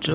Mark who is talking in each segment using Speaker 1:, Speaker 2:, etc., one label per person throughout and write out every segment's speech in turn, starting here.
Speaker 1: 这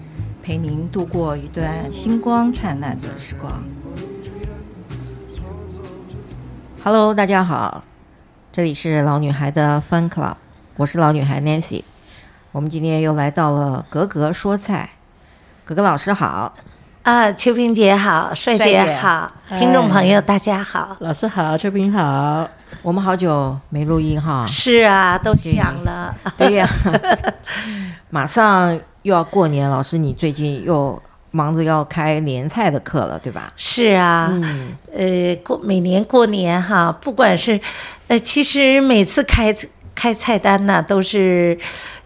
Speaker 2: 陪您度过一段星光灿烂的时光。Hello，大家好，这里是老女孩的 Fun Club，我是老女孩 Nancy。我们今天又来到了格格说菜，格格老师好，
Speaker 3: 啊，秋萍姐好，帅姐好，听众朋友大家好。
Speaker 4: 老师好，秋萍好，
Speaker 2: 我们好久没录音哈，
Speaker 3: 是啊，都想了。
Speaker 2: 对呀、 马上又要过年，老师你最近又忙着要开年菜的课了，对吧？
Speaker 3: 是啊，
Speaker 2: 嗯，
Speaker 3: 呃，过每年过年哈，不管是，呃，其实每次开开菜单呢、都是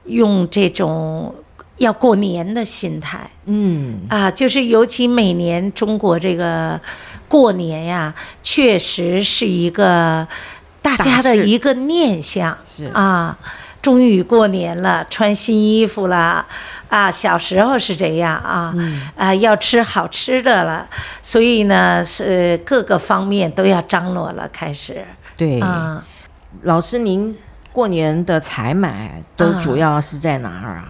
Speaker 3: 用这种要过年的心态
Speaker 2: 嗯，
Speaker 3: 啊，就是尤其每年中国这个过年呀、确实是一个大家
Speaker 2: 大
Speaker 3: 的
Speaker 2: 事
Speaker 3: 一个念想
Speaker 2: 是
Speaker 3: 啊。终于过年了，穿新衣服了，啊，小时候是这样啊，
Speaker 2: 嗯
Speaker 3: 啊，要吃好吃的了，所以呢，是各个方面都要张罗了，开始
Speaker 2: 对。
Speaker 3: 啊。
Speaker 2: 老师，您过年的采买都
Speaker 3: 啊
Speaker 2: 主要是在哪儿啊？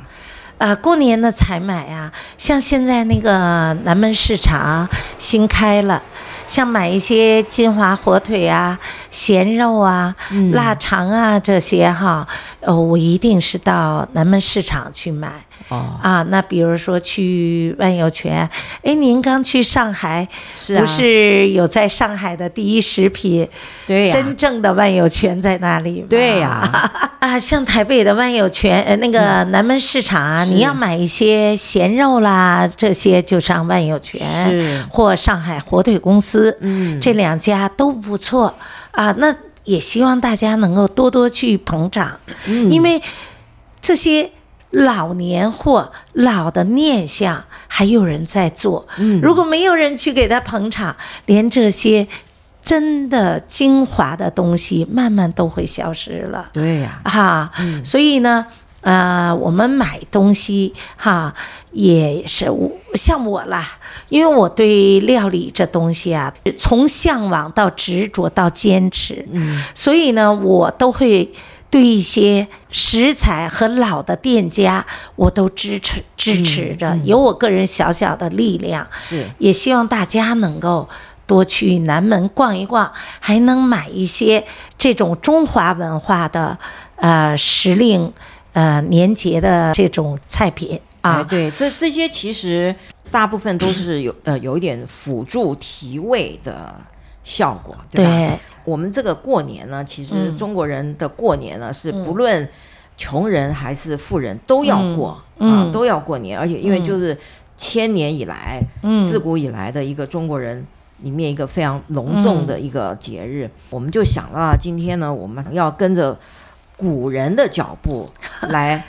Speaker 3: 呃，过年的采买啊，像现在那个南门市场新开了，像买一些金华火腿啊、咸肉啊、
Speaker 2: 嗯
Speaker 3: 腊肠啊这些哈，呃，我一定是到南门市场去买。
Speaker 2: 哦，
Speaker 3: 啊，那比如说去万有泉，哎，您刚去上海，
Speaker 2: 是啊
Speaker 3: 不是有在上海的第一食品？
Speaker 2: 对呀啊
Speaker 3: 真正的万有泉在那里吗？
Speaker 2: 对呀
Speaker 3: 啊，像台北的万有泉，呃，那个
Speaker 2: 嗯
Speaker 3: 南门市场啊，你要买一些咸肉啦，这些就上万有
Speaker 2: 是
Speaker 3: 泉或上海火腿公司，
Speaker 2: 哎嗯
Speaker 3: 这两家都不错啊。那也希望大家能够多多去捧场，
Speaker 2: 嗯
Speaker 3: 因为这些老年货、老的念想还有人在做。
Speaker 2: 嗯
Speaker 3: 如果没有人去给他捧场，连这些真的精华的东西慢慢都会消失了。
Speaker 2: 对呀、
Speaker 3: 哈，所以呢，呃，我们买东西哈，也是我像我啦，因为我对料理这东西啊，从向往到执着到坚持，嗯，所以呢，我都会。对一些食材和老的店家，我都支持支持着，有我个人小小的力量，
Speaker 2: 是
Speaker 3: 也希望大家能够多去南门逛一逛，还能买一些这种中华文化的呃时令呃年节的这种菜品
Speaker 2: 哎，
Speaker 3: 啊。
Speaker 2: 对，这这些其实大部分都是有呃有一点辅助提味的效果，吧？
Speaker 3: 对，
Speaker 2: 我们这个过年呢，其实中国人的过年呢、是不论穷人还是富人都要过、
Speaker 3: 嗯
Speaker 2: 啊，都要过年，而且因为就是千年以来、
Speaker 3: 嗯
Speaker 2: 自古以来的一个中国人里面一个非常隆重的一个节日，我们就想到啊，今天呢，我们要跟着古人的脚步来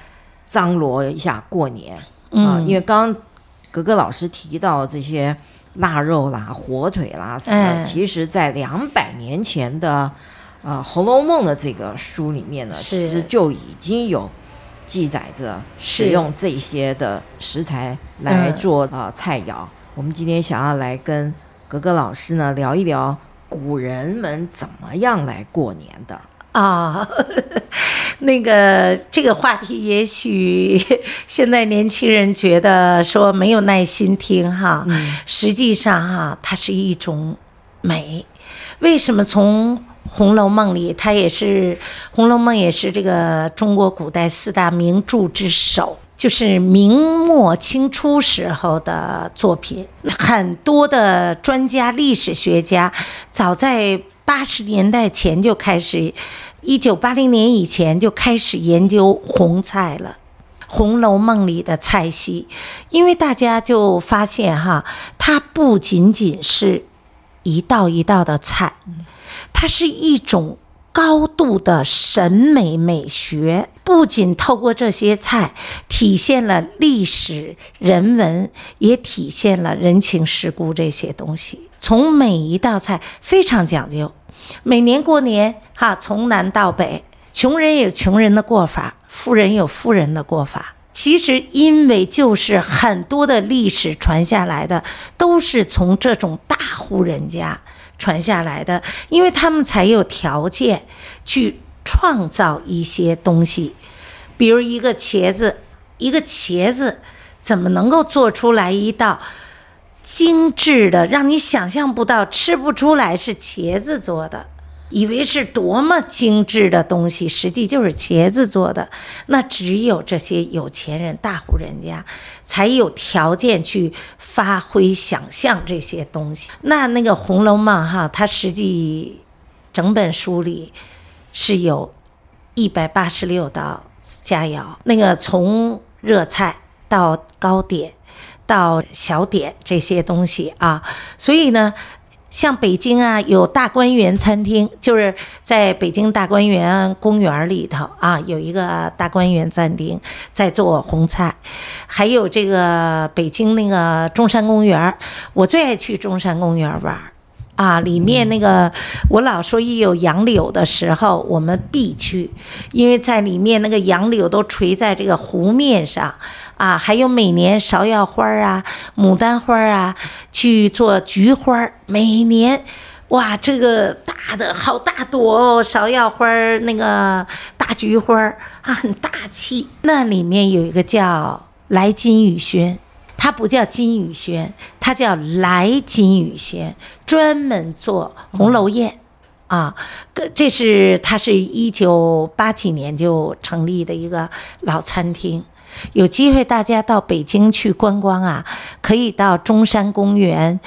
Speaker 2: 张罗一下过年、
Speaker 3: 嗯
Speaker 2: 啊，因为刚刚格格老师提到这些。腊肉啦、火腿啦什么的，
Speaker 3: 哎
Speaker 2: 其实，在两百年前的呃《红楼梦》的这个书里面呢，
Speaker 3: 是
Speaker 2: 其实就已经有记载着使
Speaker 3: 是
Speaker 2: 用这些的食材来
Speaker 3: 嗯
Speaker 2: 做、呃菜肴。我们今天想要来跟格格老师呢聊一聊古人们怎么样来过年的。
Speaker 3: 啊、 那个这个话题，也许现在年轻人觉得说没有耐心听哈，
Speaker 2: 嗯
Speaker 3: 实际上哈，它是一种美。为什么从《红楼梦》里，它也是《红楼梦》也是这个中国古代四大名著之首，就是明末清初时候的作品。很多的专家、历史学家，早在八十年代前就开始，一九八零年以前就开始研究红菜了。《红楼梦》里的菜系，因为大家就发现哈，它不仅仅是一道一道的菜，它是一种高度的审美美学，不仅透过这些菜体现了历史人文，也体现了人情世故这些东西。从每一道菜非常讲究，每年过年哈，从南到北，穷人有穷人的过法，富人有富人的过法。其实，因为就是很多的历史传下来的，都是从这种大户人家传下来的，因为他们才有条件去创造一些东西，比如一个茄子，一个茄子怎么能够做出来一道精致的，让你想象不到、吃不出来是茄子做的？以为是多么精致的东西，实际就是茄子做的。那只有这些有钱人、大户人家才有条件去发挥想象这些东西。那那个《红楼梦》哈，它实际整本书里是有一百八十六道佳肴，那个从热菜到糕点到小点这些东西啊，所以呢。像北京啊，有大观园餐厅，就是在北京大观园公园里头啊，有一个大观园餐厅在做红菜，还有这个北京那个中山公园，我最爱去中山公园玩儿啊，里面那个我老说一有杨柳的时候，我们必去，因为在里面那个杨柳都垂在这个湖面上啊，还有每年芍药花儿啊、牡丹花儿啊，去做菊花儿，每年。哇，这个大的好大朵哦，芍药花儿那个大菊花儿啊，很大气。那里面有一个叫来金宇轩，它不叫金宇轩，它叫来金宇轩，专门做红楼宴。啊，个这是它是一九八几年就成立的一个老餐厅。有机会大家到北京去观光啊，可以到中山公园，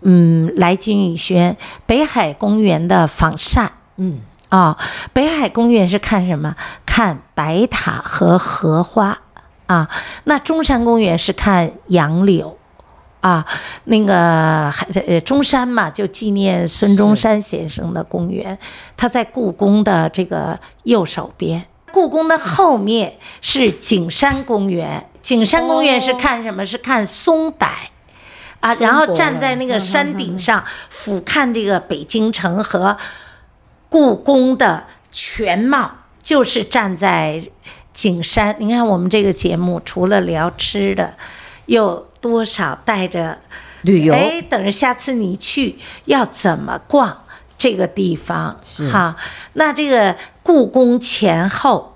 Speaker 3: 嗯，来金宇轩，北海公园的仿膳，
Speaker 2: 嗯，
Speaker 3: 啊、北海公园是看什么？看白塔和荷花啊。那中山公园是看杨柳啊。那个还呃中山嘛，就纪念孙中山先生的公园，它在故宫的这个右手边。故宫的后面是景山公园，景山公园是看什么？是看松柏。啊，然后站在那个山顶上俯瞰这个北京城和故宫的全貌，就是站在景山。你看我们这个节目，除了聊吃的，有多少带着
Speaker 2: 旅游
Speaker 3: 哎，等着下次你去要怎么逛这个地方？
Speaker 2: 是
Speaker 3: 哈，那这个故宫前后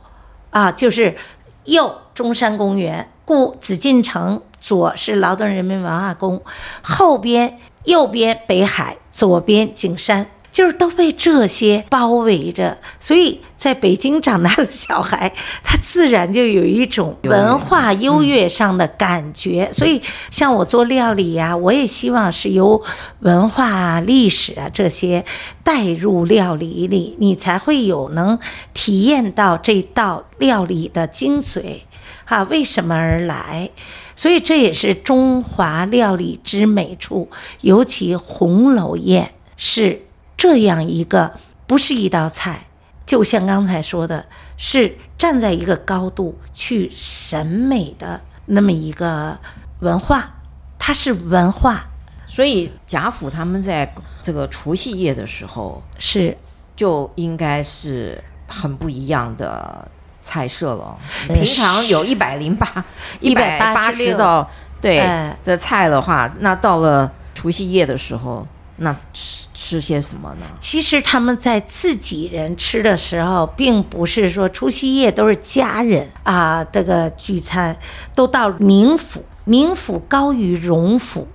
Speaker 3: 啊，就是右中山公园、故紫禁城，左是劳动人民文化宫，后边右边北海，左边景山。就是都被这些包围着，所以在北京长大的小孩，他自然就有一种文化优越上的感觉。所以，像我做料理呀、我也希望是由文化、啊、历史啊这些带入料理里，你才会有能体验到这道料理的精髓，哈、为什么而来？所以这也是中华料理之美处，尤其红楼宴是这样一个，不是一道菜，就像刚才说的，是站在一个高度去审美的那么一个文化，它是文化，
Speaker 2: 所以贾府他们在这个除夕夜的时候，
Speaker 3: 是
Speaker 2: 就应该是很不一样的菜色了。平常有一百零八、嗯一百八十
Speaker 3: 186
Speaker 2: 道对、
Speaker 3: 哎
Speaker 2: 的菜的话，那到了除夕夜的时候，那吃吃些什么呢？
Speaker 3: 其实他们在自己人吃的时候，并不是说除夕夜都是家人啊，这个聚餐都到宁府，宁府高于荣府。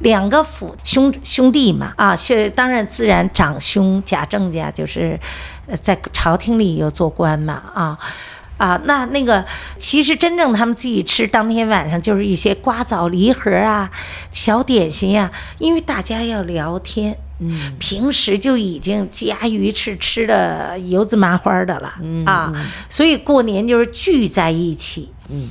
Speaker 3: 两个府兄兄弟嘛，啊，是当然自然长兄贾政家就是，呃，在朝廷里有做官嘛，啊，啊，那那个其实真正他们自己吃，当天晚上就是一些瓜枣梨核啊、小点心呀、因为大家要聊天，嗯，平时就已经鸡鸭鱼翅吃的油滋麻花的了，啊，所以过年就是聚在一起，嗯，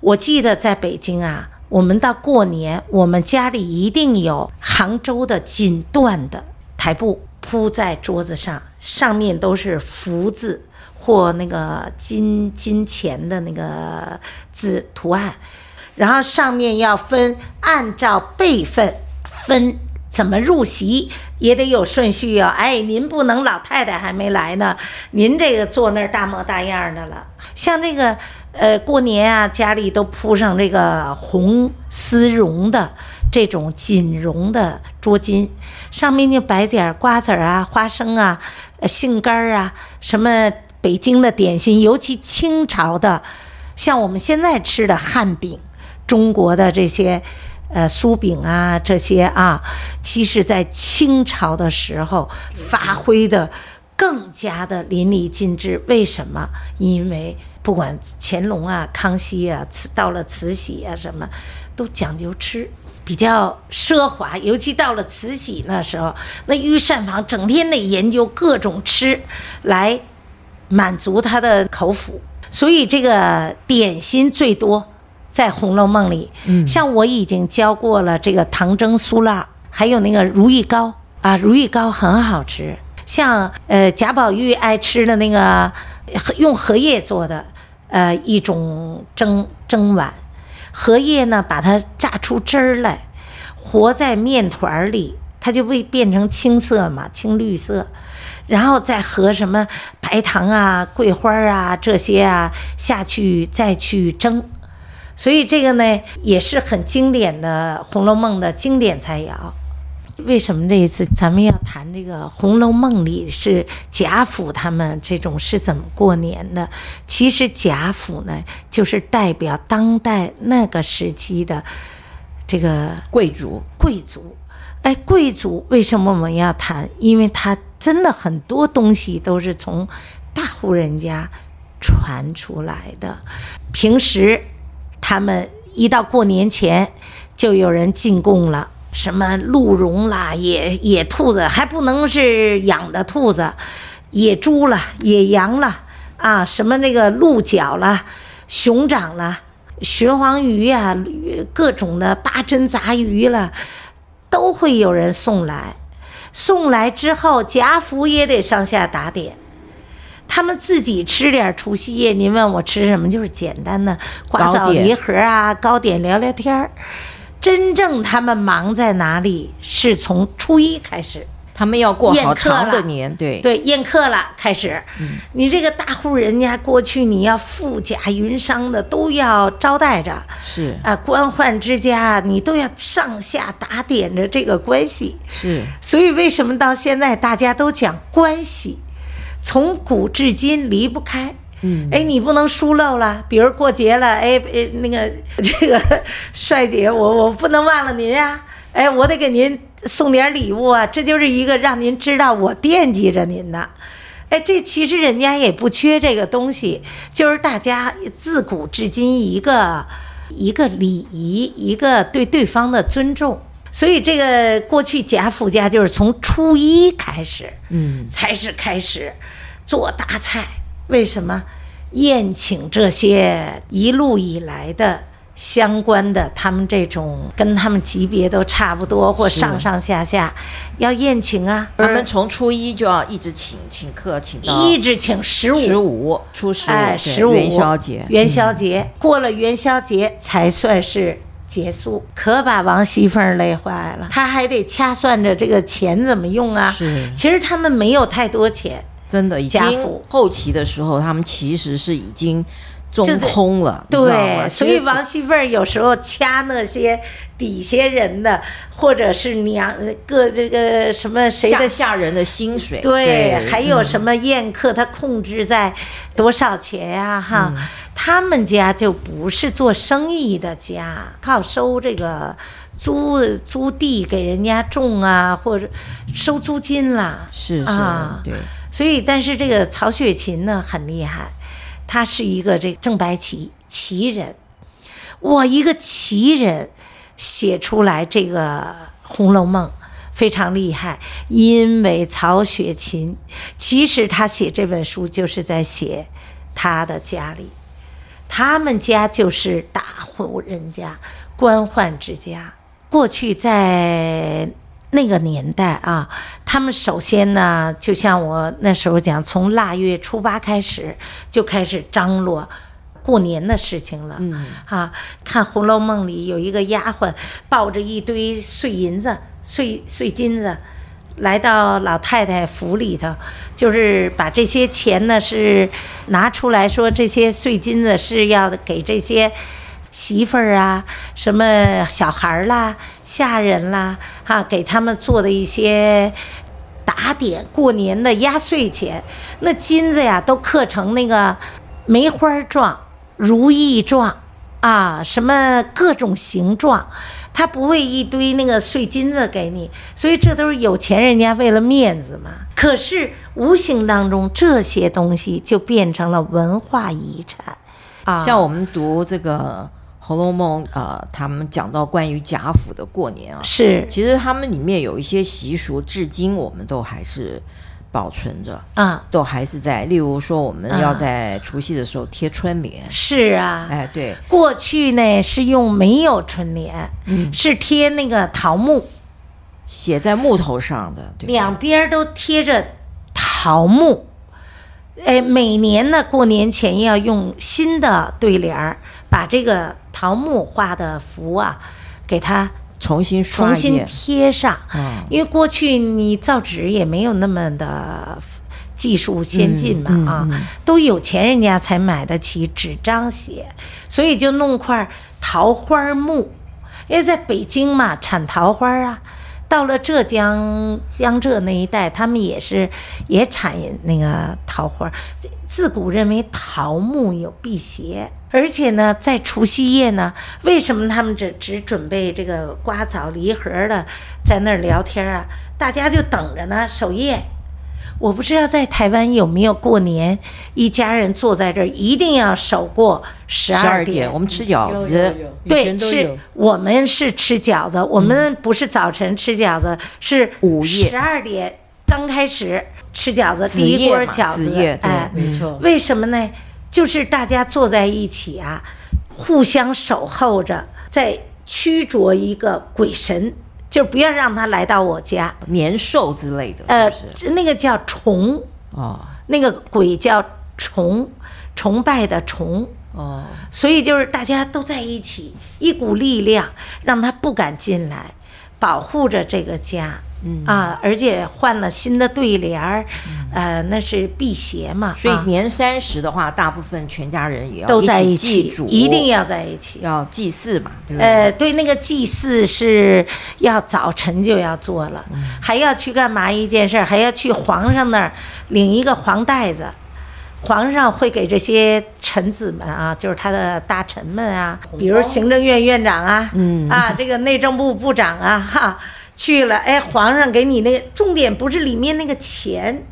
Speaker 3: 我记得在北京啊。我们到过年，我们家里一定有杭州的锦缎的台布，铺在桌子上，上面都是福字或那个金金钱的那个字图案，然后上面要分按照辈分分。怎么入席也得有顺序呀、哎，您不能老太太还没来呢，您这个坐那儿大模大样的了。像这个呃，过年啊，家里都铺上这个红丝绒的这种锦绒的桌巾，上面就摆点儿瓜子儿啊、花生啊、呃杏干儿啊，什么北京的点心，尤其清朝的，像我们现在吃的汉饼，中国的这些。呃酥饼啊这些啊，其实在清朝的时候发挥的更加的淋漓尽致。为什么？因为不管乾隆啊、康熙啊，慈到了慈禧啊什么，都讲究吃。比较奢华，尤其到了慈禧那时候，那御膳房整天得研究各种吃，来满足他的口腹，所以这个点心最多，在《红楼梦》里，像我已经教过了这个糖蒸酥酪，还有那个如意糕啊，如意糕很好吃。像呃贾宝玉爱吃的那个荷用荷叶做的呃一种蒸蒸碗，荷叶呢把它榨出汁儿来，和在面团儿里，它就会变成青色嘛，青绿色。然后再和什么白糖啊、桂花啊这些啊下去再去蒸，所以这个呢也是很经典的《红楼梦》的经典菜肴。为什么这一次咱们要谈这个《红楼梦》里是贾府他们这种是怎么过年的？其实贾府呢，就是代表当代那个时期的这个
Speaker 2: 贵族
Speaker 3: 贵族。哎，贵族为什么我们要谈？因为它真的很多东西都是从大户人家传出来的。平时他们一到过年前，就有人进贡了，什么鹿茸啦、野野兔子，还不能是养的兔子，野猪了、野羊了啊，什么那个鹿角了、熊掌了、鲟黄鱼呀、各种的八珍杂鱼了。都会有人送来，送来之后，贾府也得上下打点。他们自己吃点除夕夜，您问我吃什么，就是简单的瓜
Speaker 2: 糕
Speaker 3: 枣
Speaker 2: 点
Speaker 3: 梨盒啊，糕点聊聊天儿。真正他们忙在哪里，是从初一开始。
Speaker 2: 他们要过好
Speaker 3: 宴客
Speaker 2: 长的
Speaker 3: 了
Speaker 2: 年，对，嗯
Speaker 3: 对，宴客了，开始。你这个大户人家过去，你要富甲云商的都要招待着。
Speaker 2: 是
Speaker 3: 啊，官宦之家，你都要上下打点着这个关系。
Speaker 2: 是
Speaker 3: 所以为什么到现在大家都讲关系，从古至今离不开。嗯，哎，你不能疏漏了，比如过节了，哎，哎那个这个 帅姐，我我不能忘了您啊，哎，我得给您送点礼物啊，这就是一个让您知道我惦记着您的。哎，这其实人家也不缺这个东西，就是大家自古至今一个一个礼仪，一个对对方的尊重。所以这个过去贾府家就是从初一开始，嗯，才是开始做大菜。为什么？宴请这些一路以来的相关的，他们这种跟他们级别都差不多或上上下下，要宴请啊，
Speaker 2: 啊他们从初一就要一直请请客，请到
Speaker 3: 一直请十五
Speaker 2: 十五初十五，
Speaker 3: 哎，
Speaker 2: 对
Speaker 3: 十五
Speaker 2: 元宵节，
Speaker 3: 元宵节、过了元宵节才算是结束，可把王熙凤累坏了。她还得掐算着这个钱怎么用啊。
Speaker 2: 是
Speaker 3: 其实他们没有太多钱，
Speaker 2: 真的已经
Speaker 3: 贾府
Speaker 2: 后期的时候，他们其实是已经中
Speaker 3: 就是
Speaker 2: 空了，你知道吗
Speaker 3: 对，所以
Speaker 2: 其实
Speaker 3: 王熙凤有时候掐那些底下人的，或者是娘呃各这个什么谁
Speaker 2: 吓
Speaker 3: 的
Speaker 2: 吓人的薪水，
Speaker 3: 对，还有什么宴客，他控制在多少钱呀、哈，他们家就不是做生意的家，靠收这个租租地给人家种啊，或者收租金啦。
Speaker 2: 是是
Speaker 3: 啊，
Speaker 2: 对，
Speaker 3: 所以，但是这个曹雪芹呢很厉害，他是一个这正白旗旗人，哇，一个旗人写出来这个《红楼梦》非常厉害，因为曹雪芹其实他写这本书就是在写他的家里，他们家就是大户人家、官宦之家。过去在那个年代啊，他们首先呢，就像我那时候讲，从腊月初八开始就开始张罗过年的事情了。嗯啊，看《红楼梦》里有一个丫鬟抱着一堆碎银子、碎碎金子，来到老太太府里头，就是把这些钱呢是拿出来说，这些碎金子是要给这些。媳妇儿啊，什么小孩儿啦、下人啦，哈、啊，给他们做的一些打点，过年的压岁钱，那金子呀都刻成那个梅花状、如意状啊，什么各种形状，他不会一堆那个碎金子给你，所以这都是有钱人家为了面子嘛。可是无形当中，这些东西就变成了文化遗产啊，
Speaker 2: 像我们读这个《红楼梦》，呃，他们讲到关于贾府的过年啊，
Speaker 3: 是
Speaker 2: 其实他们里面有一些习俗，至今我们都还是保存着，
Speaker 3: 啊，
Speaker 2: 都还是在。例如说，我们要在除夕的时候贴春联，
Speaker 3: 是啊，
Speaker 2: 哎，对，
Speaker 3: 过去呢是用没有春联，是贴那个桃木，
Speaker 2: 写在木头上的，对吧，
Speaker 3: 两边儿都贴着桃木。哎，每年呢过年前要用新的对联儿，把这个桃木画的符啊，给它
Speaker 2: 重新刷
Speaker 3: 重新
Speaker 2: 页，
Speaker 3: 贴上。
Speaker 2: 嗯
Speaker 3: 因为过去你造纸也没有那么的技术先进嘛啊，都有钱人家才买得起纸张写，所以就弄块桃花木，因为在北京嘛产桃花啊。到了浙江江浙那一带，他们也是也产那个桃花。自古认为桃木有辟邪，而且呢，在除夕夜呢，为什么他们只只准备这个瓜枣梨核的，在那儿聊天啊？大家就等着呢，守夜。我不知道在台湾有没有过年，一家人坐在这儿一定要守过十
Speaker 2: 十
Speaker 3: 二
Speaker 2: 二
Speaker 3: 点
Speaker 2: 点我。们吃饺子，
Speaker 3: 对，是我们是吃饺子，我们不是早晨吃饺子，是
Speaker 2: 嗯午夜
Speaker 3: 十二点刚开始吃饺子，
Speaker 2: 子
Speaker 3: 第一
Speaker 2: 夜
Speaker 3: 锅
Speaker 2: 嘛
Speaker 3: 饺
Speaker 2: 子
Speaker 3: 子
Speaker 2: 夜，对
Speaker 3: 哎，
Speaker 4: 没错，
Speaker 3: 为什么呢？就是大家坐在一起啊，互相守候着，在驱逐一个鬼神，就不要让他来到我家。
Speaker 2: 年兽之类的，
Speaker 3: 呃
Speaker 2: 是不是？，
Speaker 3: 那个叫崇，
Speaker 2: 哦
Speaker 3: 那个鬼叫崇，崇拜的崇。
Speaker 2: 哦，
Speaker 3: 所以就是大家都在一起，一股力量让他不敢进来，保护着这个家。嗯啊，而且换了新的对联儿，呃，那是辟邪嘛，
Speaker 2: 所以
Speaker 3: 啊
Speaker 2: 年三十的话，大部分全家人也要
Speaker 3: 都在
Speaker 2: 一
Speaker 3: 起
Speaker 2: 祭祖，，
Speaker 3: 一定要在一起。
Speaker 2: 要祭祀嘛，对不对？
Speaker 3: 呃，对，那个祭祀是要早晨就要做了，还要去干嘛一件事儿？还要去皇上那儿领一个黄袋子。皇上会给这些臣子们啊，就是他的大臣们啊，比如行政院院长啊，嗯啊，这个内政部部长啊，哈，去了，哎，皇上给你那个重点不是里面那个钱，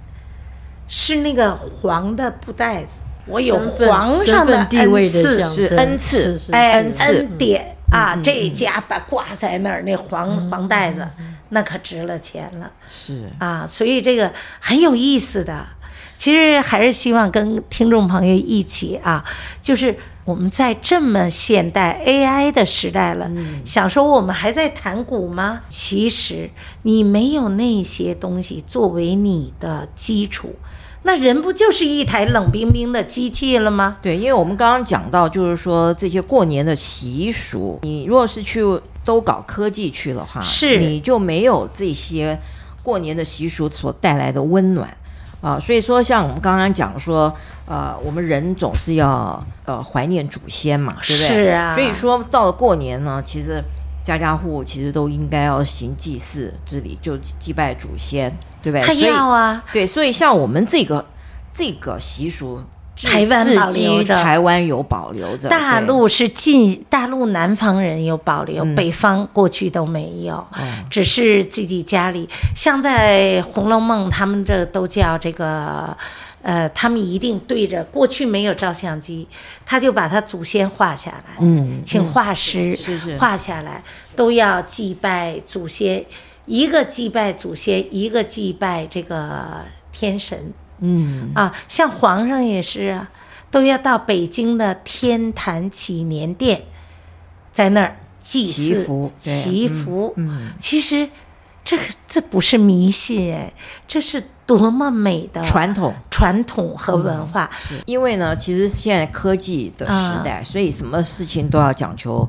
Speaker 3: 是那个黄的布袋子，我有
Speaker 4: 身份
Speaker 3: 皇上
Speaker 4: 身份地
Speaker 3: 恩
Speaker 4: 位
Speaker 3: 赐
Speaker 4: 的象
Speaker 2: 是
Speaker 4: 征，
Speaker 2: 恩赐
Speaker 4: 是是
Speaker 3: 哎，
Speaker 4: 是嗯
Speaker 3: 恩典啊，这家把挂在那儿，那黄黄袋子，
Speaker 4: 嗯
Speaker 3: 那可值了钱了
Speaker 2: 是。
Speaker 3: 啊！所以这个很有意思的。其实还是希望跟听众朋友一起啊，就是我们在这么现代 AI 的时代了，
Speaker 4: 嗯
Speaker 3: 想说我们还在谈古吗？其实你没有那些东西作为你的基础，那人不就是一台冷冰冰的机器了吗？
Speaker 2: 对，因为我们刚刚讲到，就是说这些过年的习俗，你若是去都搞科技去的话，
Speaker 3: 是
Speaker 2: 你就没有这些过年的习俗所带来的温暖啊、所以说，像我们刚刚讲说，呃，我们人总是要呃怀念祖先嘛，对不对？
Speaker 3: 是啊
Speaker 2: 所以说，到了过年呢，其实家家户户其实都应该要行祭祀之礼，就祭拜祖先，对
Speaker 4: 哎
Speaker 2: 不对？
Speaker 3: 他
Speaker 2: 所以
Speaker 3: 要啊，
Speaker 2: 对，所以像我们这个这个习俗，至
Speaker 3: 台湾
Speaker 2: 至
Speaker 3: 保留
Speaker 2: 今
Speaker 3: 着
Speaker 2: 台湾有保留着。
Speaker 3: 大
Speaker 2: 对
Speaker 3: 陆是近，大陆南方人有保留，北方过去都没有，只是自己家里。像在《红楼梦》，他们这都叫这个，呃，他们一定对着过去没有照相机，他就把他祖先画下来，
Speaker 2: 嗯，
Speaker 3: 请画师、
Speaker 2: 是是
Speaker 3: 画下来，都要祭拜祖先，一个祭拜祖先，一个祭拜这个天神。嗯啊，像皇上也是啊，都要到北京的天坛祈年殿，在那儿祭
Speaker 2: 祈
Speaker 3: 祀
Speaker 2: 福对
Speaker 3: 祈福。
Speaker 2: 嗯
Speaker 3: 其实这这不是迷信哎，这是多么美的
Speaker 2: 传统。
Speaker 3: 传统和文化。
Speaker 2: 因为呢，其实现在科技的
Speaker 3: 啊
Speaker 2: 时代，所以什么事情都要讲求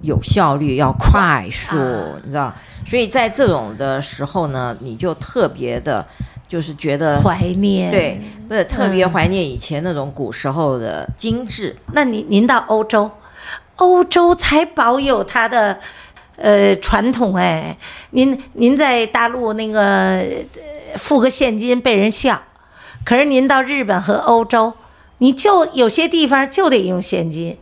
Speaker 2: 有效率，要快速，
Speaker 3: 啊
Speaker 2: 你知道？所以在这种的时候呢，你就特别的，就是觉得
Speaker 3: 怀念嗯
Speaker 2: 对，不是特别怀念以前那种古时候的精致。
Speaker 3: 那您您到欧洲，欧洲才保有它的呃传统哎。您您在大陆那个呃付个现金被人笑，可是您到日本和欧洲，你就有些地方就得用现金，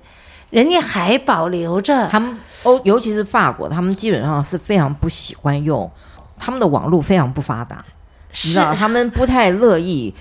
Speaker 3: 人家还保留着。
Speaker 2: 他们欧，尤其是法国，他们基本上是非常不喜欢用，他们的网络非常不发达，你知
Speaker 3: 是
Speaker 2: 道，他们不太乐意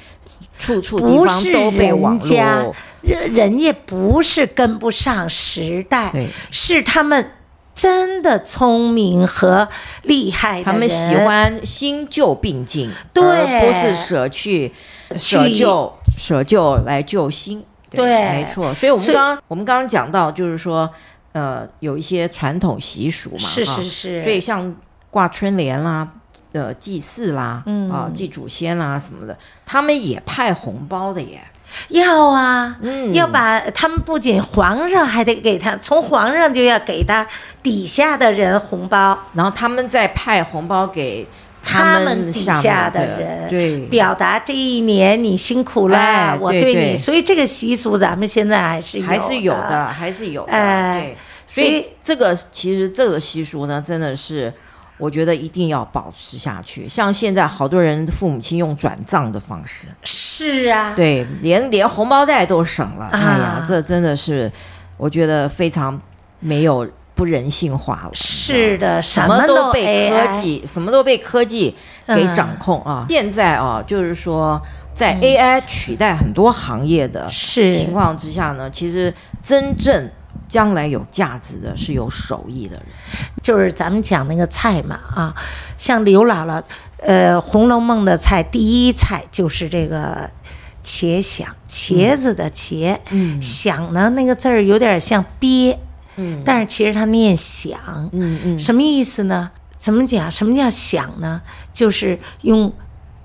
Speaker 2: 处处地
Speaker 3: 不
Speaker 2: 方
Speaker 3: 是
Speaker 2: 都被网
Speaker 3: 人家
Speaker 2: 络。，
Speaker 3: 人人家不是跟不上时代
Speaker 2: 对，
Speaker 3: 是他们真的聪明和厉害哎的
Speaker 2: 他们喜
Speaker 3: 人
Speaker 2: 欢新旧并进，
Speaker 3: 对
Speaker 2: 而不是舍去舍旧舍旧来救新。
Speaker 3: 对
Speaker 2: 没错。所以我们
Speaker 3: 所以
Speaker 2: 刚刚我们刚刚讲到，就是说，呃，有一些传统习俗嘛，
Speaker 3: 是
Speaker 2: 哈
Speaker 3: 是是，
Speaker 2: 所以像挂春联啦、呃祭祀啦、啊祭祖先啦什么的，他们也派红包的耶。
Speaker 3: 要啊，
Speaker 2: 嗯
Speaker 3: 要把他们不仅皇上还得给他，从皇上就要给他底下的人红包，
Speaker 2: 然后他们再派红包给
Speaker 3: 他
Speaker 2: 们
Speaker 3: 底
Speaker 2: 面
Speaker 3: 下
Speaker 2: 的
Speaker 3: 人，
Speaker 2: 对，
Speaker 3: 表达这一年你辛苦了，
Speaker 2: 哎
Speaker 3: 我
Speaker 2: 对
Speaker 3: 对你，
Speaker 2: 对
Speaker 3: 所以这个习俗咱们现在还是有
Speaker 2: 还是有
Speaker 3: 的
Speaker 2: 的，，还是有的。
Speaker 3: 哎
Speaker 2: 对，
Speaker 3: 所
Speaker 2: 所
Speaker 3: 以
Speaker 2: 以这个其实这个习俗呢，真的是我觉得一定要保持下去。像现在好多人父母亲用转账的方式，
Speaker 3: 是啊，
Speaker 2: 对，连连红包袋都省了。哎呀
Speaker 3: 啊，
Speaker 2: 这真的是我觉得非常没有不人性化了。
Speaker 3: 是的，什
Speaker 2: 什么
Speaker 3: 都哎
Speaker 2: 都被
Speaker 3: AI
Speaker 2: 科技，什么都被科技给掌控啊！现在啊，就是说，在 AI 取代很多行业的
Speaker 3: 哎是
Speaker 2: 情况之下呢，其实真正将来有价值的是有手艺的人。
Speaker 3: 就是咱们讲那个菜嘛啊，像刘姥姥，呃，《红楼梦》的菜第一菜就是这个茄想，茄子的茄，嗯，想呢那个字儿有点像鳖，嗯，但是其实它念想，
Speaker 2: 嗯嗯，
Speaker 3: 什么意思呢？怎么讲？什么叫想呢？就是用，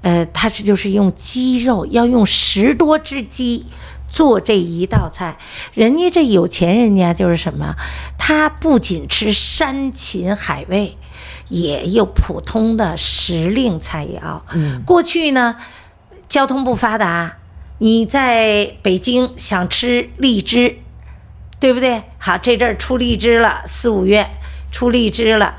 Speaker 3: 呃，它是就是用鸡肉，要用十多只鸡做这一道菜。人家这有钱人家就是什么？他不仅吃山禽海味，也有普通的时令菜肴。嗯，过去呢，交通不发达，你在北京想吃荔枝，对不对？好，这阵儿出荔枝了，四五月出荔枝了，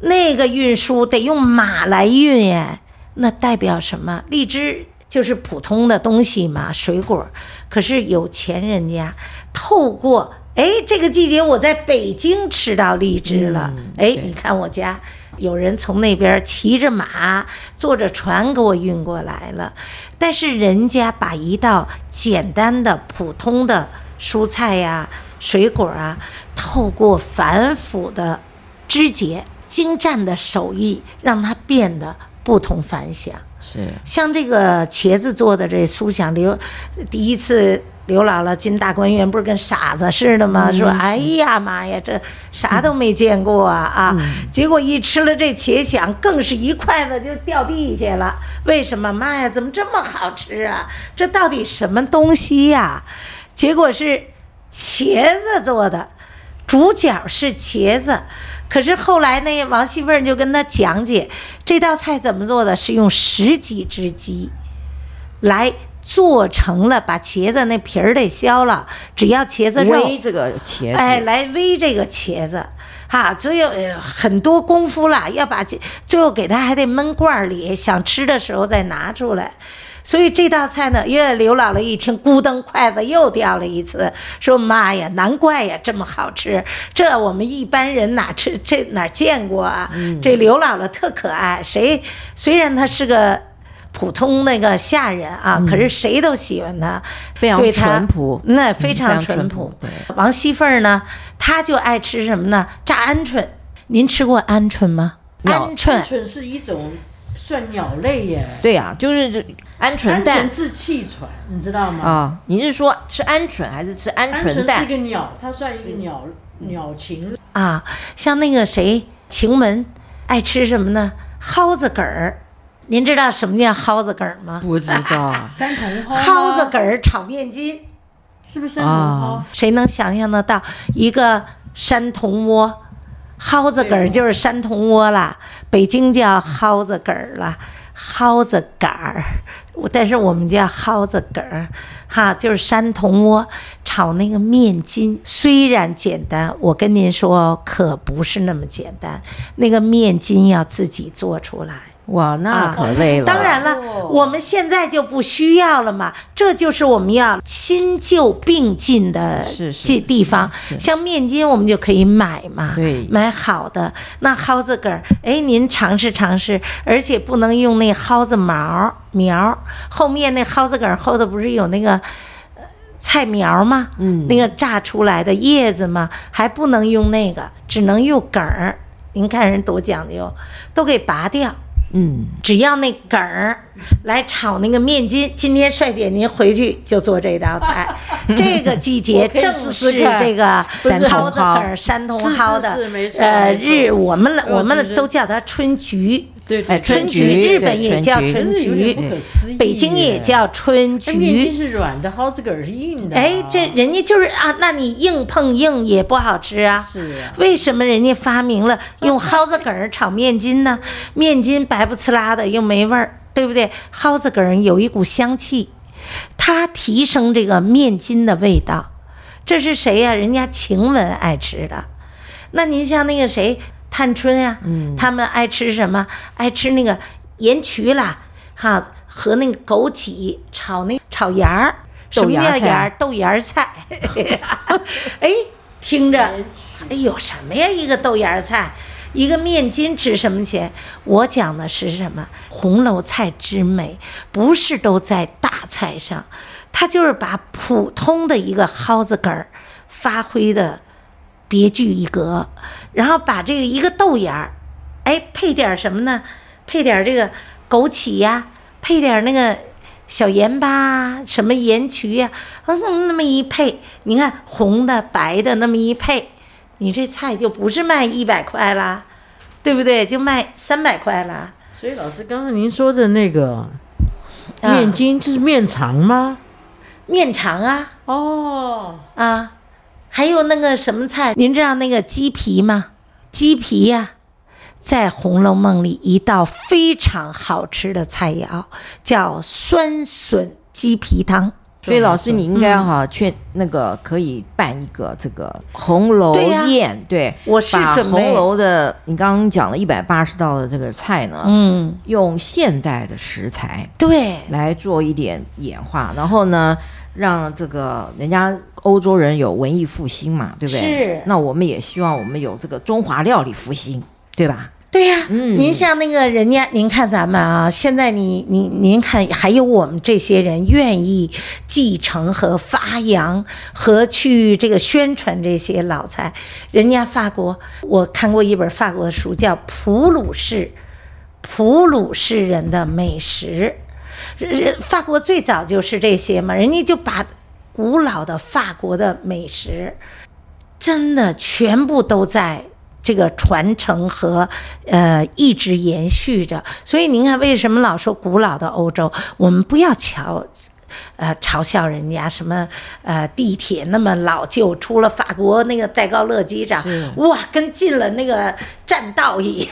Speaker 3: 那个运输得用马来运耶，那代表什么？荔枝就是普通的东西嘛，水果。可是有钱人家透过哎，这个季节我在北京吃到荔枝了，哎、你看我家。有人从那边骑着马、坐着船给我运过来了，但是人家把一道简单的、普通的蔬菜呀、水果啊，透过繁复的枝节、精湛的手艺，让它变得不同凡响。
Speaker 2: 是
Speaker 3: 像这个茄子做的这苏想刘，第一次刘姥姥进大观园，不是跟傻子似的吗？说哎呀妈呀，这啥都没见过啊啊！结果一吃了这茄想，更是一筷子就掉地下了。为什么？妈呀，怎么这么好吃啊？这到底什么东西呀、结果是茄子做的，主角是茄子。可是后来呢，王熙凤就跟他讲解这道菜怎么做的，是用十几只鸡来做成了，把茄子那皮儿得削了，只要茄子肉，
Speaker 2: 煨这个茄子，
Speaker 3: 哎，来煨这个茄子。哈，最后呃很多功夫啦，要把这最后给它还得焖罐儿里，想吃的时候再拿出来。所以这道菜呢，因为刘姥姥一听，咕噔筷子又掉了一次，说：“妈呀，难怪呀，这么好吃，这我们一般人哪吃这哪见过啊？”
Speaker 2: 嗯
Speaker 3: 这刘姥姥特可爱，谁虽然她是个普通那个下人啊，可是谁都喜欢她，
Speaker 2: 嗯非常
Speaker 3: 对她
Speaker 2: 淳朴
Speaker 3: 那非常
Speaker 2: 非常
Speaker 3: 淳
Speaker 2: 淳
Speaker 3: 朴
Speaker 2: 朴。对
Speaker 3: 王熙凤儿呢，她就爱吃什么呢？炸鹌鹑。您吃过鹌鹑吗？
Speaker 2: 有
Speaker 3: 鹌鹑
Speaker 4: 鹌鹑是一种算鸟类耶，
Speaker 2: 对呀、就是这鹌
Speaker 4: 鹌
Speaker 2: 鹑蛋
Speaker 4: 鹑治气喘，你知道吗？
Speaker 2: 啊、你是说吃鹌鹑还是吃鹌
Speaker 4: 鹌
Speaker 2: 鹑
Speaker 4: 鹑是
Speaker 2: 蛋
Speaker 4: 一？个鸟，它算一个鸟鸟禽。
Speaker 3: 啊，像那个谁，晴雯爱吃什么呢？蒿子梗儿。您知道什么叫蒿子梗儿吗？
Speaker 2: 不知道，
Speaker 4: 山茼蒿吗，
Speaker 3: 蒿子梗儿炒面筋，
Speaker 4: 是不是山茼蒿
Speaker 2: 啊？
Speaker 3: 谁能想象得到一个山铜窝？蒿子梗儿就是山铜窝啦，北京叫蒿子梗儿啦，蒿子杆儿，我但是我们叫蒿子梗儿，哈，就是山铜窝炒那个面筋。虽然简单，我跟您说可不是那么简单，那个面筋要自己做出来。
Speaker 2: 哇，那
Speaker 3: 啊
Speaker 2: 可累了。
Speaker 3: 当然
Speaker 2: 哦
Speaker 3: 了，我们现在就不需要了嘛，这就是我们要新旧并进的
Speaker 2: 是是
Speaker 3: 地地方。像面筋，我们就可以买嘛，
Speaker 2: 对
Speaker 3: 买好的。那蒿子梗儿，哎，您尝试尝试，而且不能用那蒿子毛儿苗儿，后面那蒿子梗儿后头不是有那个。呃菜苗嘛，嗯，那个榨出来的叶子嘛，还不能用那个，只能用梗儿。您看人多讲究，都给拔掉。
Speaker 2: 嗯，
Speaker 3: 只要那梗儿来炒那个面筋。今天帅姐您回去就做这道菜，这个季节
Speaker 4: 可以
Speaker 3: 正
Speaker 4: 试
Speaker 3: 是
Speaker 4: 试看
Speaker 3: 这个
Speaker 2: 山茼蒿
Speaker 3: 蒿子梗儿、山茼蒿的
Speaker 4: 是是是没，错
Speaker 3: 呃，
Speaker 4: 没错
Speaker 3: 日我们我
Speaker 4: 我知
Speaker 3: 们
Speaker 4: 道
Speaker 3: 都叫它春菊。
Speaker 4: 对
Speaker 2: 哎
Speaker 4: 对，
Speaker 2: 春
Speaker 3: 春
Speaker 2: 菊
Speaker 3: 菊，日
Speaker 2: 对
Speaker 3: 本也
Speaker 2: 春
Speaker 3: 叫
Speaker 2: 菊
Speaker 3: 春
Speaker 4: 真是有点不
Speaker 3: 菊，
Speaker 4: 可思议。
Speaker 3: 北京也，叫春
Speaker 4: 哎面筋
Speaker 3: 菊。
Speaker 4: 是软的，蒿子梗儿是硬的啊。
Speaker 3: 哎，这人家就是啊，那你硬碰硬也不好吃啊。
Speaker 4: 是啊
Speaker 3: 为什么人家发明 了用蒿子梗儿炒面筋呢？面筋白不呲啦的，又没味儿，对不对？蒿子梗儿有一股香气，它提升这个面筋的味道。这是谁呀、人家晴雯爱吃的。那您像那个谁，探春呀、
Speaker 2: 嗯
Speaker 3: 他们爱吃什么？爱吃那个盐焗啦，哈，和那个枸杞炒那炒芽儿，什
Speaker 2: 豆
Speaker 3: 么
Speaker 2: 芽
Speaker 3: 叫
Speaker 2: 菜啊
Speaker 3: 芽儿？豆芽儿 菜。 哎，听着，哎有什么呀？一个豆芽儿菜，一个面筋值什么钱？我讲的是什么？红楼菜之美，不是都在大菜上，它就是把普通的一个蒿子梗儿发挥的别具一格，然后把这个一个豆芽儿，哎，配点儿什么呢？配点儿这个枸杞呀、配点儿那个小盐巴啊，什么盐焗呀、嗯，那么一配，你看红的、白的那么一配，你这菜就不是卖一百块啦，对不对？就卖三百块啦。
Speaker 4: 所以老师刚刚您说的那个
Speaker 3: 啊
Speaker 4: 面筋就是面肠吗？
Speaker 3: 面肠啊
Speaker 4: 哦，
Speaker 3: 啊，还有那个什么菜，您知道那个鸡皮吗？鸡皮呀、在《红楼梦》里一道非常好吃的菜肴叫酸笋鸡皮汤。
Speaker 2: 所以老师，你应该哈去那个可以办一个这个红楼
Speaker 3: 对呀
Speaker 2: 宴，对，
Speaker 3: 我是
Speaker 2: 把
Speaker 3: 准备
Speaker 2: 红楼的你刚刚讲了一百八十道的这个菜呢，
Speaker 3: 嗯，
Speaker 2: 用现代的食材
Speaker 3: 对，
Speaker 2: 来做一点演化，然后呢，让这个人家欧洲人有文艺复兴嘛，对不对？
Speaker 3: 是
Speaker 2: 那我们也希望我们有这个中华料理复兴，对吧？
Speaker 3: 对呀、
Speaker 2: 嗯
Speaker 3: 您像那个人家，您看咱们啊，现在你你您看，还有我们这些人愿意继承和发扬和去这个宣传这些老菜。人家法国，我看过一本法国的书，叫《普鲁士普鲁士人的美食》。人法国最早就是这些嘛，人家就把古老的法国的美食，真的全部都在这个传承和呃一直延续着。所以您看，为什么老说古老的欧洲？我们不要瞧。呃，嘲笑人家什么呃地铁那么老旧，除了法国那个戴高乐机长，哇，跟进了那个栈道一样，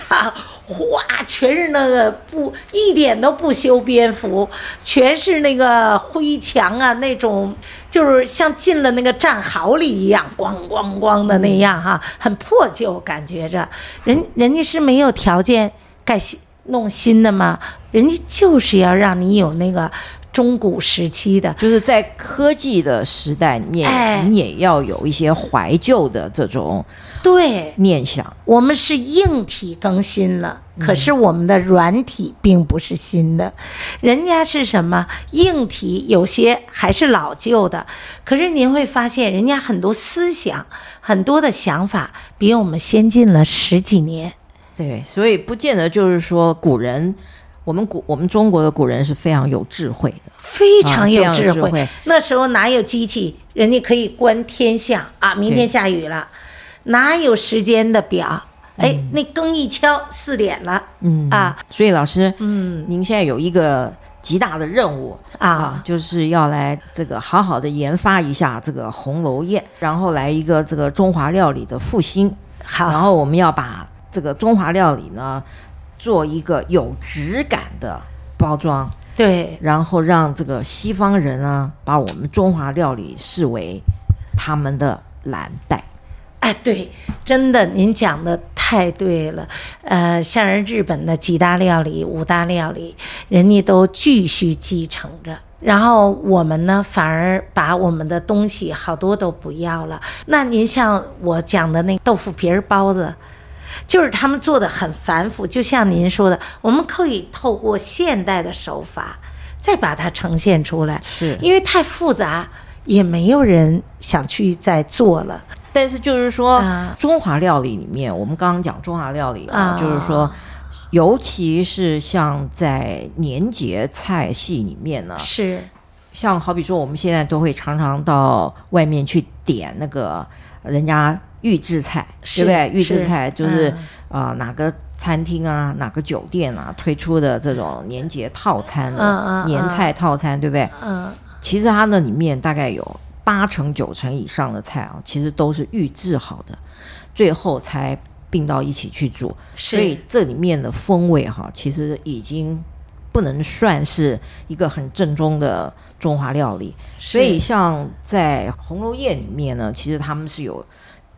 Speaker 3: 哗，全是那个不一点都不修边幅，全是那个灰墙啊，那种就是像进了那个战壕里一样，咣咣咣的那样哈、很破旧，感觉着人人家是没有条件盖新弄新的嘛，人家就是要让你有那个中古时期的
Speaker 2: 就是在科技的时代，你也、
Speaker 3: 哎
Speaker 2: 你也要有一些怀旧的这种
Speaker 3: 对。
Speaker 2: 念想。
Speaker 3: 我们是硬体更新了，
Speaker 2: 嗯
Speaker 3: 可是我们的软体并不是新的，人家是什么硬体有些还是老旧的，可是您会发现人家很多思想、很多的想法比我们先进了十几年。
Speaker 2: 对，所以不见得就是说古人，我们古我们中国的古人是非常有智慧的，
Speaker 3: 非常有
Speaker 2: 啊非常
Speaker 3: 智
Speaker 2: 有
Speaker 3: 慧。
Speaker 2: 智慧
Speaker 3: 那时候哪有机器？人家可以观天象啊，明天下雨了，哪有时间的表？哎，
Speaker 2: 嗯
Speaker 3: 那更一敲四点了，嗯啊
Speaker 2: 所以老师，嗯，您现在有一个极大的任务
Speaker 3: 啊，
Speaker 2: 就是要来这个好好的研发一下这个红楼宴，然后来一个这个中华料理的复兴，然
Speaker 3: 好，
Speaker 2: 后我们要把这个中华料理呢做一个有质感的包装，
Speaker 3: 对，
Speaker 2: 然后让这个西方人呢把我们中华料理视为他们的蓝带。
Speaker 3: 哎，对，真的，您讲的太对了。呃，像人日本的几大料理、五大料理，人家都继续继承着。然后我们呢，反而把我们的东西好多都不要了。那您像我讲的那豆腐皮儿包子，就是他们做的很繁复，就像您说的，我们可以透过现代的手法再把它呈现出来，
Speaker 2: 是
Speaker 3: 因为太复杂，也没有人想去再做了。
Speaker 2: 但是就是说，
Speaker 3: 啊
Speaker 2: 中华料理里面，我们刚刚讲中华料理
Speaker 3: 啊
Speaker 2: 啊，就是说，尤其是像在年节菜系里面呢，
Speaker 3: 是，
Speaker 2: 像好比说我们现在都会常常到外面去点那个人家预制菜，对
Speaker 3: 是
Speaker 2: 不对？预制
Speaker 3: 是
Speaker 2: 菜就是
Speaker 3: 嗯
Speaker 2: 啊、呃哪个餐厅啊，哪个酒店啊推出的这种年节套餐的、
Speaker 3: 嗯嗯
Speaker 2: 呃年菜套餐，对不对？
Speaker 3: 嗯，
Speaker 2: 其实它那里面大概有八成九成以上的菜啊，其实都是预制好的，最后才并到一起去做。所以
Speaker 3: 是，
Speaker 2: 这里面的风味哈，其实已经不能算是一个很正宗的中华料理。所以像在红楼宴里面呢，其实他们是有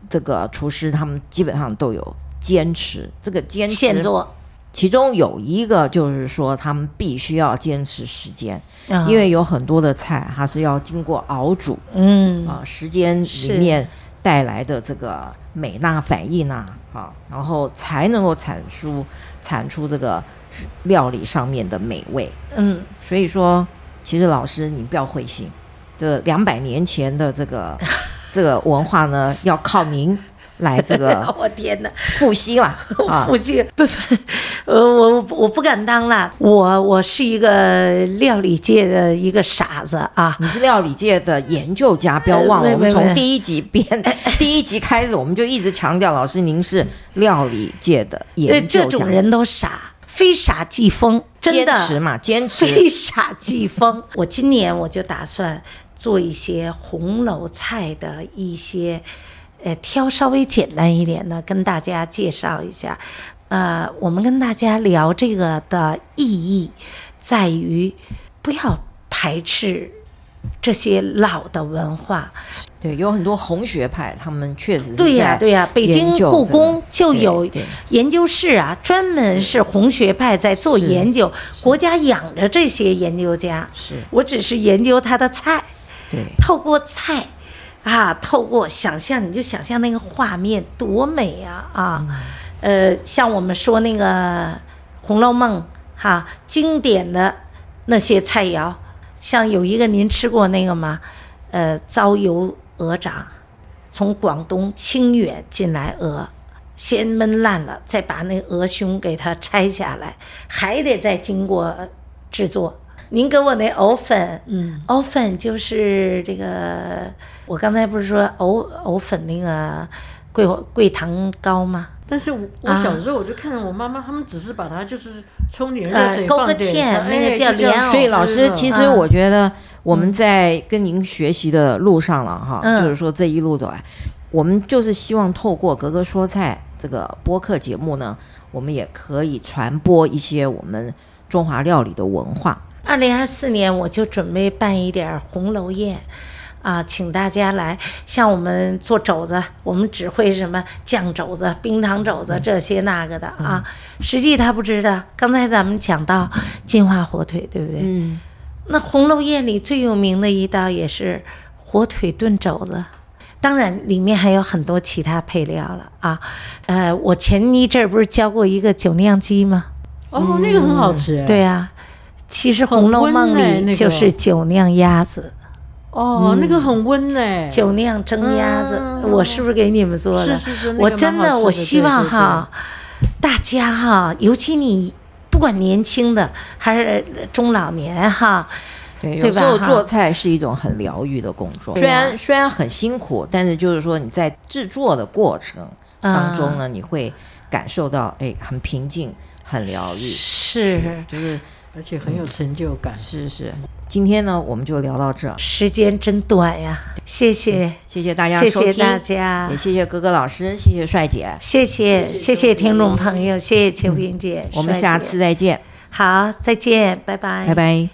Speaker 2: 这个厨师，他们基本上都有坚持这个坚持。
Speaker 3: 现做，
Speaker 2: 其中有一个就是说，他们必须要坚持时间，
Speaker 3: 嗯
Speaker 2: 因为有很多的菜它是要经过熬煮
Speaker 3: 嗯
Speaker 2: 啊、时间里
Speaker 3: 是
Speaker 2: 面带来的这个美纳反应啊，啊，然后才能够产出产出这个料理上面的美味。
Speaker 3: 嗯，
Speaker 2: 所以说，其实老师你不要灰心，这两百年前的这 个这个文化呢，要靠您来 这个
Speaker 3: 我天哪，
Speaker 2: 复 兴啦啊
Speaker 3: 父！亲不不，呃，我我不敢当了，我我是一个料理界的一个傻子啊，
Speaker 2: 你是料理界的研究家，不要忘了，
Speaker 3: 呃没
Speaker 2: 我们
Speaker 3: 没
Speaker 2: 从
Speaker 3: 没
Speaker 2: 第一 集编第一集开始，我们就一直强调，老师您是料理界的
Speaker 3: 呃，
Speaker 2: 研
Speaker 3: 这
Speaker 2: 究家
Speaker 3: 种。人都傻，非傻即疯，真
Speaker 2: 坚
Speaker 3: 的，
Speaker 2: 持 嘛，坚持
Speaker 3: 非傻即疯。我今年我就打算做一些红楼菜的一些，呃，挑稍微简单一点的跟大家介绍一下。呃，我们跟大家聊这个的意义，在于不要排斥这些老的文化。
Speaker 2: 对，有很多红学派，他们确实是
Speaker 3: 对呀、
Speaker 2: 在
Speaker 3: 对呀、北
Speaker 2: 研
Speaker 3: 京
Speaker 2: 究
Speaker 3: 故
Speaker 2: 这个
Speaker 3: 宫就有
Speaker 2: 对对
Speaker 3: 研究室啊，专门是红学派在做
Speaker 2: 是
Speaker 3: 研究，国家养着这些研究家。
Speaker 2: 是
Speaker 3: 我只是研究他的菜，
Speaker 2: 对
Speaker 3: 透过菜啊，透过想象，你就想象那个画面多美啊啊！呃，像我们说那个《红楼梦》哈、经典的那些菜肴，像有一个您吃过那个吗？呃，糟油鹅掌，从广东清远进来鹅。先焖烂了，再把那鹅胸给它拆下来，还得再经过制作。您给我那藕粉，嗯，藕粉就是这个，我刚才不是说藕藕粉那个桂桂糖糕吗？
Speaker 4: 但是我我小
Speaker 3: 啊
Speaker 4: 时候我就看着我妈妈，他们只是把它就是冲点热
Speaker 3: 呃
Speaker 4: 水
Speaker 3: 勾
Speaker 4: 放
Speaker 3: 个
Speaker 4: 点
Speaker 3: 芡
Speaker 4: 糖，
Speaker 3: 那个
Speaker 4: 哎
Speaker 3: 叫
Speaker 4: 就这
Speaker 3: 莲藕
Speaker 4: 样
Speaker 2: 所以
Speaker 4: 吃
Speaker 2: 老
Speaker 3: 嗯
Speaker 2: 师，
Speaker 4: 了
Speaker 2: 其实我觉得我们在跟您学习的路上了哈，
Speaker 3: 嗯
Speaker 2: 就是说这一路走来，我们就是希望透过格格说菜这个播客节目呢，我们也可以传播一些我们中华料理的文化。
Speaker 3: 二零二四年我就准备办一点儿红楼宴，啊，请大家来。像我们做肘子，我们只会什么酱肘子、冰糖肘子这些那个的啊。实际他不知道，刚才咱们讲到金华火腿，对不对？
Speaker 2: 嗯，
Speaker 3: 那红楼宴里最有名的一道也是火腿炖肘子，当然里面还有很多其他配料了啊。呃，我前一阵儿不是教过一个酒酿鸡吗？
Speaker 4: 哦，那个很好吃，哎，
Speaker 3: 对啊，其实《红楼梦》
Speaker 4: 很温呢那
Speaker 3: 里
Speaker 4: 个
Speaker 3: 就是酒酿鸭子、嗯
Speaker 4: 哦，那个很温哎，
Speaker 3: 酒酿蒸鸭子，我是不是给你们做的？
Speaker 4: 嗯是是是，那个
Speaker 3: 我
Speaker 4: 蛮
Speaker 3: 真
Speaker 4: 好吃
Speaker 3: 我希望，哈
Speaker 4: 对对对，
Speaker 3: 大家哈，尤其你不管年轻的还是中老年哈，
Speaker 2: 对，
Speaker 3: 对
Speaker 2: 有时
Speaker 3: 吧
Speaker 2: 候
Speaker 3: 哈
Speaker 2: 做菜是一种很疗愈的工作，虽
Speaker 3: 对啊
Speaker 2: 然虽
Speaker 3: 呃啊
Speaker 4: 啊
Speaker 2: 然很辛苦，但是就是说你在制作的过程当中呢，你会感受到，哎，很平静，很疗愈，
Speaker 3: 是
Speaker 2: 就是
Speaker 4: 而且很有成就感。
Speaker 2: 是是。今天呢，我们就聊到这儿，
Speaker 3: 时间真短呀，谢
Speaker 4: 嗯
Speaker 3: 谢，
Speaker 2: 谢谢大家
Speaker 3: 谢
Speaker 2: 收听，
Speaker 3: 谢大家
Speaker 2: 也，谢谢哥哥老师，谢谢帅姐，
Speaker 3: 谢谢谢谢听
Speaker 4: 嗯
Speaker 3: 众朋友，谢谢秋萍姐，
Speaker 2: 我们
Speaker 3: 帅
Speaker 2: 下
Speaker 3: 姐
Speaker 2: 次再见，
Speaker 3: 好，再见，拜拜，
Speaker 2: 拜拜